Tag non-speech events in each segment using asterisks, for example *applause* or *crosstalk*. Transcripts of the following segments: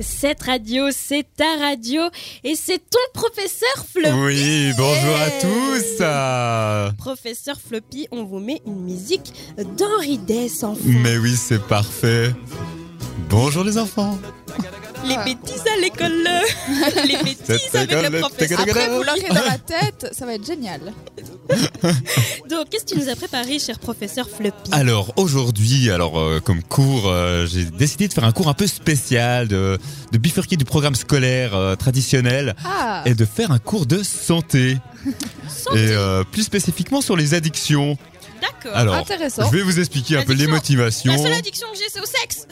Cette radio, c'est ta radio et c'est ton professeur Floppy. Oui, bonjour à tous. euh, Professeur Floppy, on vous met une musique d'Henri Dess, enfant. Mais oui, c'est parfait. Bonjour les enfants. Les bêtises à *laughs* l'école, euh, les bêtises Cette avec école le est professeur. dégueulasse. Après, vous l'aurez *laughs* dans la tête, ça va être génial. Donc, qu'est-ce que tu nous as préparé, cher professeur Floppy Alors aujourd'hui, alors euh, comme cours, euh, j'ai décidé de faire un cours un peu spécial, de, de bifurquer du programme scolaire euh, traditionnel Ah, et de faire un cours de santé. Santé, Euh, Et euh, plus spécifiquement sur les addictions. d'accord. Alors, intéressant. je vais vous expliquer un peu les Addiction. motivations. La seule addiction que j'ai, c'est au sexe.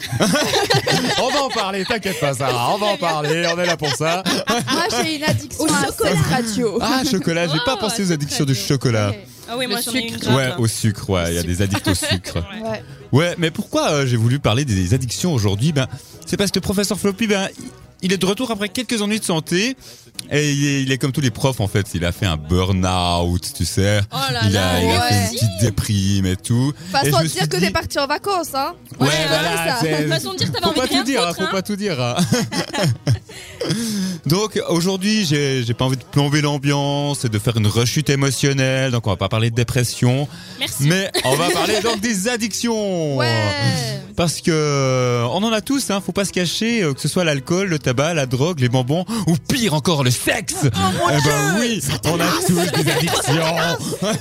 On va en parler, t'inquiète pas Sarah, on va en parler, on est là pour *laughs* ça. Moi, j'ai une addiction Au à chocolat. cette radio. Ah, chocolat, j'ai Oh, pas pensé aux c'est addictions très du bien. chocolat. Ouais. Ah oui, Le moi j'en ai une sucre. grave. Ouais, hein. au sucre, ouais, il y a des *laughs* addicts au sucre. Ouais. Ouais. Ouais, mais pourquoi euh, j'ai voulu parler des addictions aujourd'hui ben, C'est parce que le professeur Floppy, ben, il est de retour après quelques ennuis de santé. Et il est, il est comme tous les profs en fait, il a fait un burn-out, tu sais. Oh là Il a, là, il a fait une ouais. petite déprime et tout. Et Façon je de me suis dire que dit- t'es parti en vacances, hein. Ouais, j'avais voilà, ça. *laughs* c'est- Façon de dire, t'avais faut envie pas de rien tout dire, hein, foutre, faut hein. pas tout dire. hein. *laughs* Donc aujourd'hui, j'ai j'ai pas envie de plomber l'ambiance et de faire une rechute émotionnelle, donc on va pas parler de dépression, Merci. mais on va parler donc des addictions. Ouais. Parce que euh, on en a tous, hein, faut pas se cacher, euh, que ce soit l'alcool, le tabac, la drogue, les bonbons, ou pire encore le sexe. Oh, eh ben oui, on a tous des addictions.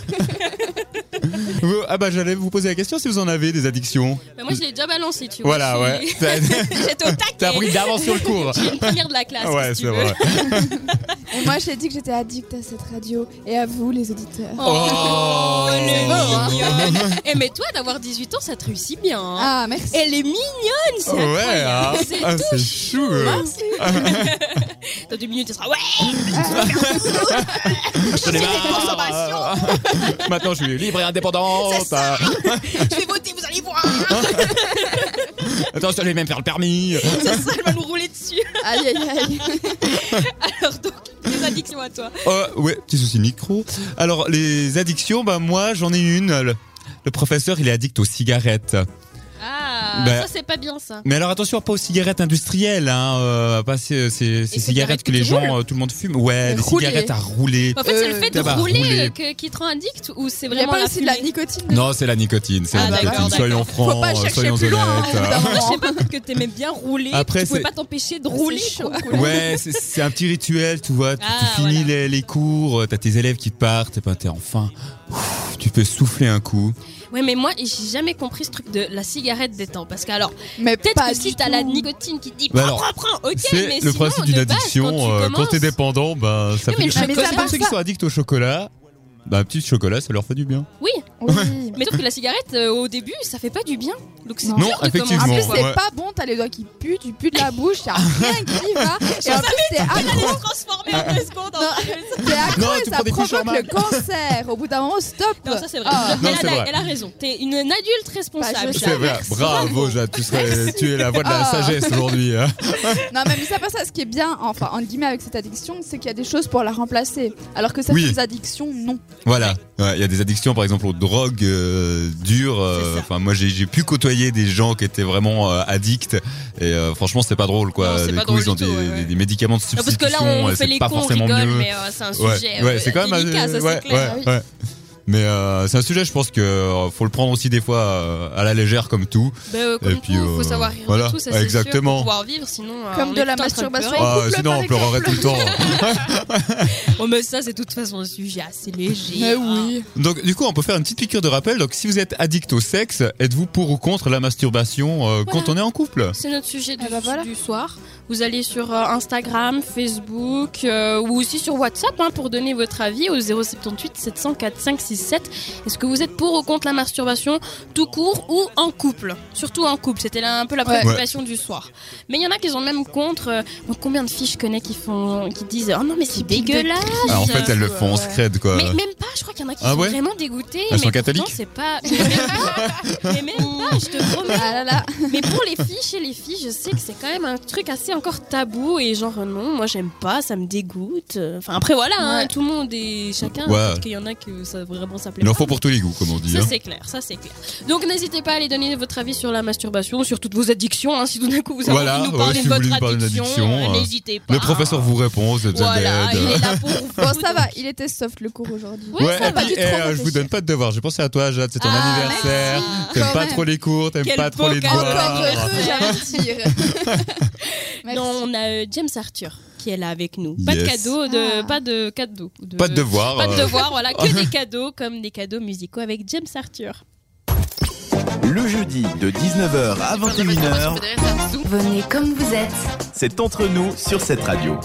Vous- ah bah j'allais vous poser la question si vous en avez des addictions. Mais moi, je l'ai déjà balancé, tu vois. Voilà ouais. Je suis- *laughs* T'as- J'étais au taquet. T'as pris d'avance sur le cours. Je suis une première de la classe. Ouais, Ah, si tu c'est veux. vrai. Et moi, j'ai dit que j'étais addict à cette radio et à vous, les auditeurs. Oh, elle est beau, hein. mignonne. Eh, mais toi, d'avoir 18 ans, ça te réussit bien. hein. Ah, merci. Elle est mignonne, c'est Ouais, hein. incroyable. C'est- Hein Ah, c'est chou. euh. Merci. Dans deux minutes, tu seras ouais. J'en ai marre. *laughs* Maintenant, je suis libre et indépendante. Je vais voter, vous allez voir. Attends, je vais même faire le permis. C'est ça, elle va nous rouler dessus. Aïe, aïe, aïe. Alors donc, les addictions à toi. Euh, ouais, petit souci de micro. Alors, les addictions, bah, moi, j'en ai une. Le, le professeur, il est addict aux cigarettes. Ah, Ben- ça c'est pas bien ça. Mais alors, attention, pas aux cigarettes industrielles, hein, euh, pas ces, ces- ces Les cigarettes cigarettes que les qui gens, euh, tout le monde fume. Ouais, Les les roulées. cigarettes à rouler. En fait, c'est le Euh, fait de tabac roulé. rouler euh, que- qui te rend addict ou c'est Il n'y a vraiment pas aussi de la fumée nicotine dedans Non, c'est la nicotine, c'est Ah, la d'accord, nicotine. d'accord. Soyons francs, Faut pas euh, chercher soyons plus honnêtes. loin, hein, au bout d'un euh. Moi, moment. je sais pas, peut-être que t'aimais bien rouler. Après, tu pouvais c'est- pas t'empêcher de C'est rouler. chaud, quoi. quoi. Ouais, c'est- c'est un petit rituel, tu vois. Tu, tu Ah, voilà. finis les, les cours, euh, t'as tes élèves qui partent, et ben t'es enfin. ouf, Tu peux souffler un coup. Ouais, mais moi, j'ai jamais compris ce truc de la cigarette détend. Parce que, alors, Mais peut-être pas que si du t'as la tout. nicotine qui te dit Bah prends, alors, prends, prends, ok, C'est mais le sinon, principe d'une de base, addiction. Quand, tu euh, commences- t'es dépendant, bah, ça Oui, fait mais du le bien. Mais ça chocolat, part Ceux qui ça. sont addicts au chocolat, bah, un petit chocolat, ça leur fait du bien. Oui, Oui. mais sauf que la cigarette, euh, au début, ça fait pas du bien. Donc, c'est Non. dur Non, de effectivement. En plus, commencer. c'est Ouais. pas bon, t'as les doigts qui puent, tu pues de la bouche, y'a rien qui va. Et en plus, t'es Ah, accro, transformer en deux secondes en Non. t'es accro Non, et tu ça prends des couches provoque normales. le cancer. Au bout d'un moment, stop. Non, ça c'est vrai. Ah. Non, elle, c'est a, vrai. elle a raison. T'es une adulte Bah, responsable. je C'est vrai, bravo, Jade, tu, serais- tu es la voix de la Ah. Oh. sagesse aujourd'hui. hein. Non, mais mis à part ça, ce qui est bien, enfin, en guillemets, avec cette addiction, c'est qu'il y a des choses pour la remplacer. Alors que certaines Oui. addictions, non. Voilà, Ouais, il y a des addictions par exemple aux drogues euh, dures. euh, C'est ça. Enfin, moi j'ai j'ai pu côtoyer des gens qui étaient vraiment euh, addicts et euh, franchement c'est pas drôle quoi. Non, c'est Des pas coups, ils drôle ont du des, tout, ouais, ouais. des- des médicaments de Non, parce substitution. que là, on euh, fait c'est les pas cons, on forcément rigole, mieux. mais euh, c'est un Ouais, sujet. ouais, euh, c'est quand même délicat, euh, ça, ouais, c'est clair. Ah oui. ouais, ouais. Mais euh, c'est un sujet, je pense que euh, faut le prendre aussi des fois euh, à la légère comme tout. Bah, euh, comme Et puis, tout, euh, faut savoir rire de voilà, tout, ça c'est exactement. sûr, pour pouvoir vivre, sinon... euh, Comme on de est la tout le temps en train de masturbation. pleurer. Ah, couple, sinon par on pleurerait tout le temps. hein. Oh, mais ça c'est de toute façon un sujet assez léger. Mais hein. Ah oui. Donc du coup, on peut faire une petite piqûre de rappel. Donc si vous êtes addict au sexe, êtes-vous pour ou contre la masturbation euh, quand on est en couple C'est notre sujet du, Ah bah voilà. du soir. Vous allez sur euh, Instagram, Facebook euh, ou aussi sur WhatsApp hein, pour donner votre avis au 078 704 567. Est-ce que vous êtes pour ou contre la masturbation tout court ou en couple Surtout en couple, c'était là un peu la Ouais. préoccupation du soir. Mais il y en a qui sont même contre. euh, donc combien de filles je connais qui font qui disent "Oh non mais c'est piquent des dégueulasse." Ah, En fait, elles le ouais, font en ouais. secret quoi. Mais même pas, je crois qu'il y en a qui euh, Ah sont ouais vraiment dégoûtés. mais Elles sont pourtant, catholiques c'est pas. Mais même *laughs* pas, mais même pas, je te promets. Ah là là. Mais pour les filles, chez les filles, je sais que c'est quand même un truc assez encore tabou et genre non, moi j'aime pas, ça me dégoûte. Enfin après voilà, hein, Ouais. tout le monde et chacun. Ouais. Parce qu'il y en a que ça vraiment ça plaît Il en pas. faut pour tous les goûts, comme on dit. Ça hein. c'est clair, ça c'est clair. Donc n'hésitez pas à aller donner votre avis sur la masturbation, sur toutes vos addictions. hein, si tout d'un coup vous avez Voilà, envie de nous ouais, parler de si vous voulez votre nous parler d'une addiction, addiction, euh, euh, n'hésitez pas. Le professeur euh. vous répond, vous avez besoin Voilà, il est d'aide. là pour vous. Bon, Oh, ça va, il était soft le cours aujourd'hui. Ouais, ça et va. puis, du tout eh, trop je vous donne pas de devoir. J'ai pensé à toi, Jade. C'est ton Ah, anniversaire. merci. T'aimes Quand pas même. trop les cours, t'aimes Quel pas trop beau les cadeau. devoirs. Encore heureux, Bravo. j'avertir. Merci. Non, on a euh, James Arthur qui est là avec nous. Pas de Yes. cadeau, de, Ah. pas de cadeau. de- Pas de devoir. Pas de euh, devoir, voilà, *laughs* que des cadeaux, comme des cadeaux musicaux avec James Arthur. Le jeudi de 19h à 21h, Venez comme vous êtes. c'est entre nous sur cette radio.